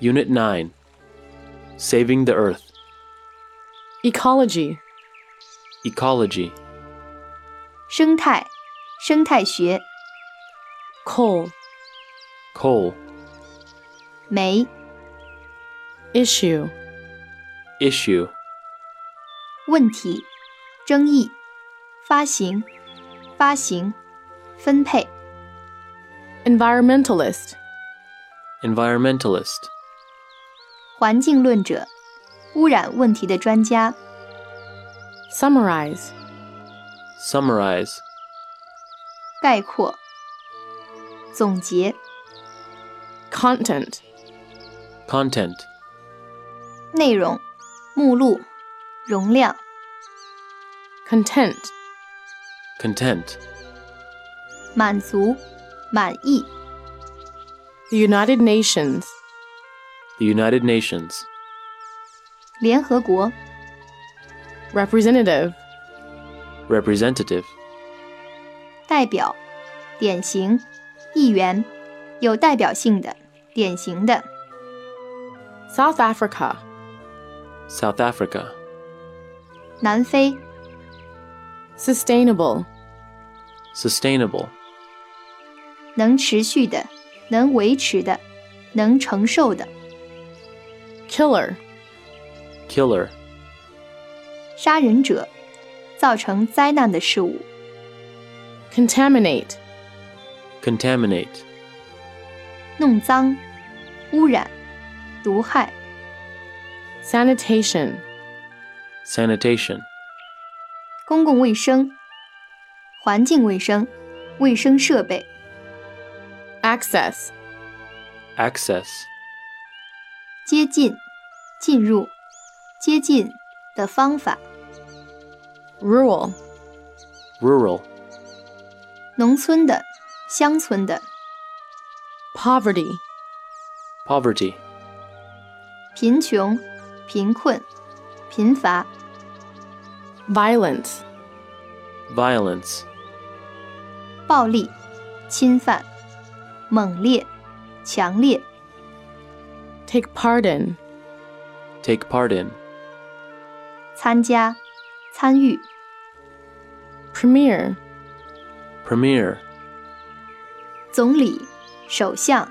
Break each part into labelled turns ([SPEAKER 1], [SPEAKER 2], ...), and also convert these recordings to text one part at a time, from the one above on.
[SPEAKER 1] Unit 9 Saving the Earth,
[SPEAKER 2] ecology,
[SPEAKER 1] Ecology,
[SPEAKER 3] 生态、生态学、
[SPEAKER 2] coal,
[SPEAKER 1] Coal,
[SPEAKER 3] 煤、
[SPEAKER 2] issue,
[SPEAKER 1] Issue,
[SPEAKER 3] 问题、争议、发行、发行、分配、
[SPEAKER 2] environmentalist,
[SPEAKER 1] Environmentalist,
[SPEAKER 3] 环境论者、污染问题的专家、
[SPEAKER 2] summarize,
[SPEAKER 1] Summarize,
[SPEAKER 3] 概括、总结、
[SPEAKER 2] content,
[SPEAKER 1] Content,
[SPEAKER 3] 内容、目录、容量、
[SPEAKER 2] content,
[SPEAKER 1] Content,
[SPEAKER 3] 满足、满意、
[SPEAKER 2] the United Nations,
[SPEAKER 1] the United Nations,
[SPEAKER 3] 联合国、
[SPEAKER 2] representative,
[SPEAKER 1] Representative,
[SPEAKER 3] 代表、典型、议员、有代表性的、典型的、
[SPEAKER 2] South Africa,
[SPEAKER 1] South Africa,
[SPEAKER 3] 南非、
[SPEAKER 2] sustainable,
[SPEAKER 1] Sustainable,
[SPEAKER 3] 能持续的、能维持的、能承受的、
[SPEAKER 2] killer,
[SPEAKER 1] Killer,
[SPEAKER 3] 杀人者、造成灾难的事物、
[SPEAKER 2] contaminate,
[SPEAKER 1] Contaminate,
[SPEAKER 3] 弄脏、污染、毒害、
[SPEAKER 2] sanitation,
[SPEAKER 1] Sanitation,
[SPEAKER 3] 公共卫生、环境卫生、卫生设备、
[SPEAKER 2] access,
[SPEAKER 1] Access,
[SPEAKER 3] 接近、进入、接近的方法、
[SPEAKER 2] rural,
[SPEAKER 1] Rural,
[SPEAKER 3] 农村的、乡村的、
[SPEAKER 2] poverty,
[SPEAKER 1] Poverty,
[SPEAKER 3] 贫穷、贫困、贫乏、
[SPEAKER 2] violence,
[SPEAKER 1] Violence,
[SPEAKER 3] 暴力、侵犯、猛烈、强烈、
[SPEAKER 2] take part in,
[SPEAKER 1] Take part in,
[SPEAKER 3] 参加、参与、
[SPEAKER 2] premier,
[SPEAKER 1] Premier,
[SPEAKER 3] 总理、首相、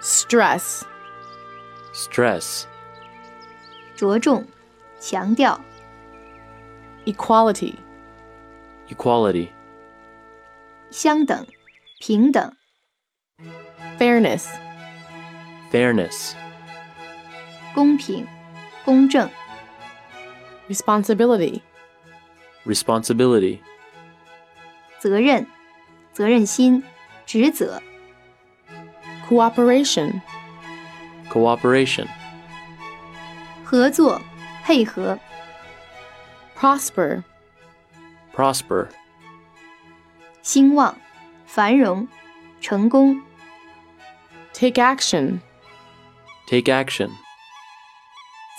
[SPEAKER 2] stress,
[SPEAKER 1] Stress,
[SPEAKER 3] 着重、强调、
[SPEAKER 2] equality,
[SPEAKER 1] Equality,
[SPEAKER 3] 相等、平等、
[SPEAKER 2] fairness,
[SPEAKER 1] Fairness,
[SPEAKER 3] 公平、公正、
[SPEAKER 2] responsibility,
[SPEAKER 1] Responsibility,
[SPEAKER 3] 责任、责任心、职责、
[SPEAKER 2] cooperation,
[SPEAKER 1] Cooperation,
[SPEAKER 3] 合作、配合、
[SPEAKER 2] prosper,
[SPEAKER 1] Prosper,
[SPEAKER 3] 兴旺、繁荣、成功、
[SPEAKER 2] take action,
[SPEAKER 1] Take action,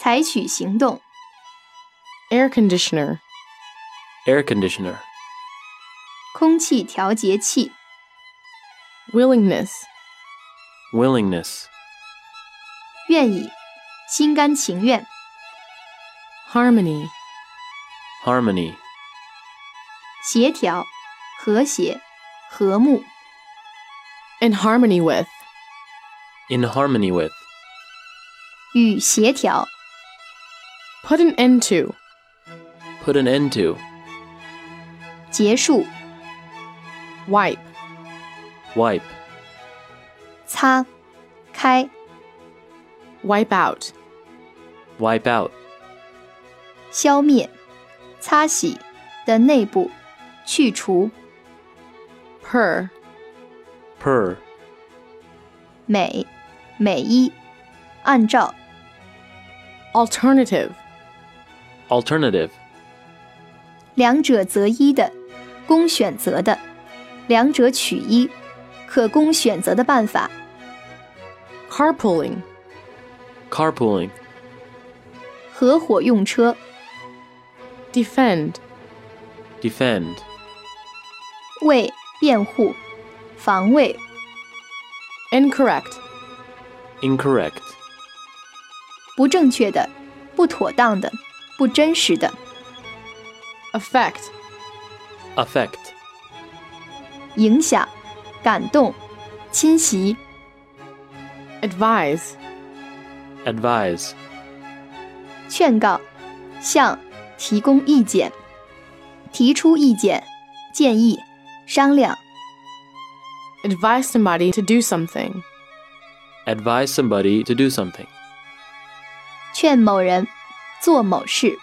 [SPEAKER 3] 采取行动、
[SPEAKER 2] air conditioner,
[SPEAKER 1] Air conditioner,
[SPEAKER 3] 空气调节器、
[SPEAKER 2] willingness,
[SPEAKER 1] Willingness,
[SPEAKER 3] 愿意、心甘情愿、
[SPEAKER 2] harmony,
[SPEAKER 1] Harmony,
[SPEAKER 3] 协调、和谐、和睦、
[SPEAKER 2] in harmony with,
[SPEAKER 1] In harmony with,
[SPEAKER 3] 与协调、
[SPEAKER 2] put an end to,
[SPEAKER 1] Put an end to,
[SPEAKER 3] 结束、
[SPEAKER 2] wipe,
[SPEAKER 1] Wipe,
[SPEAKER 3] 擦、开、
[SPEAKER 2] wipe out,
[SPEAKER 1] Wipe out,
[SPEAKER 3] 消灭、擦洗的内部、去除、
[SPEAKER 2] purr,
[SPEAKER 1] Purr,
[SPEAKER 3] 美、美一、按照、
[SPEAKER 2] alternative,
[SPEAKER 1] Alternative,
[SPEAKER 3] 两者择一的、供选择的、两者取一、可供选择的办法、
[SPEAKER 2] carpooling,
[SPEAKER 1] Carpooling,
[SPEAKER 3] 合伙用车、
[SPEAKER 2] defend,
[SPEAKER 1] Defend,
[SPEAKER 3] 为辩护、防卫、
[SPEAKER 2] incorrect,
[SPEAKER 1] incorrect,
[SPEAKER 3] 不正确的、不妥当的、不真实的。
[SPEAKER 2] affect,
[SPEAKER 1] affect,
[SPEAKER 3] 影响、感动、侵袭、
[SPEAKER 2] advise,
[SPEAKER 1] advise,
[SPEAKER 3] 劝告、向、提供意见、提出意见、建议、商量、
[SPEAKER 2] advise somebody to do something,
[SPEAKER 1] advise somebody to do something,
[SPEAKER 3] 劝某人做某事、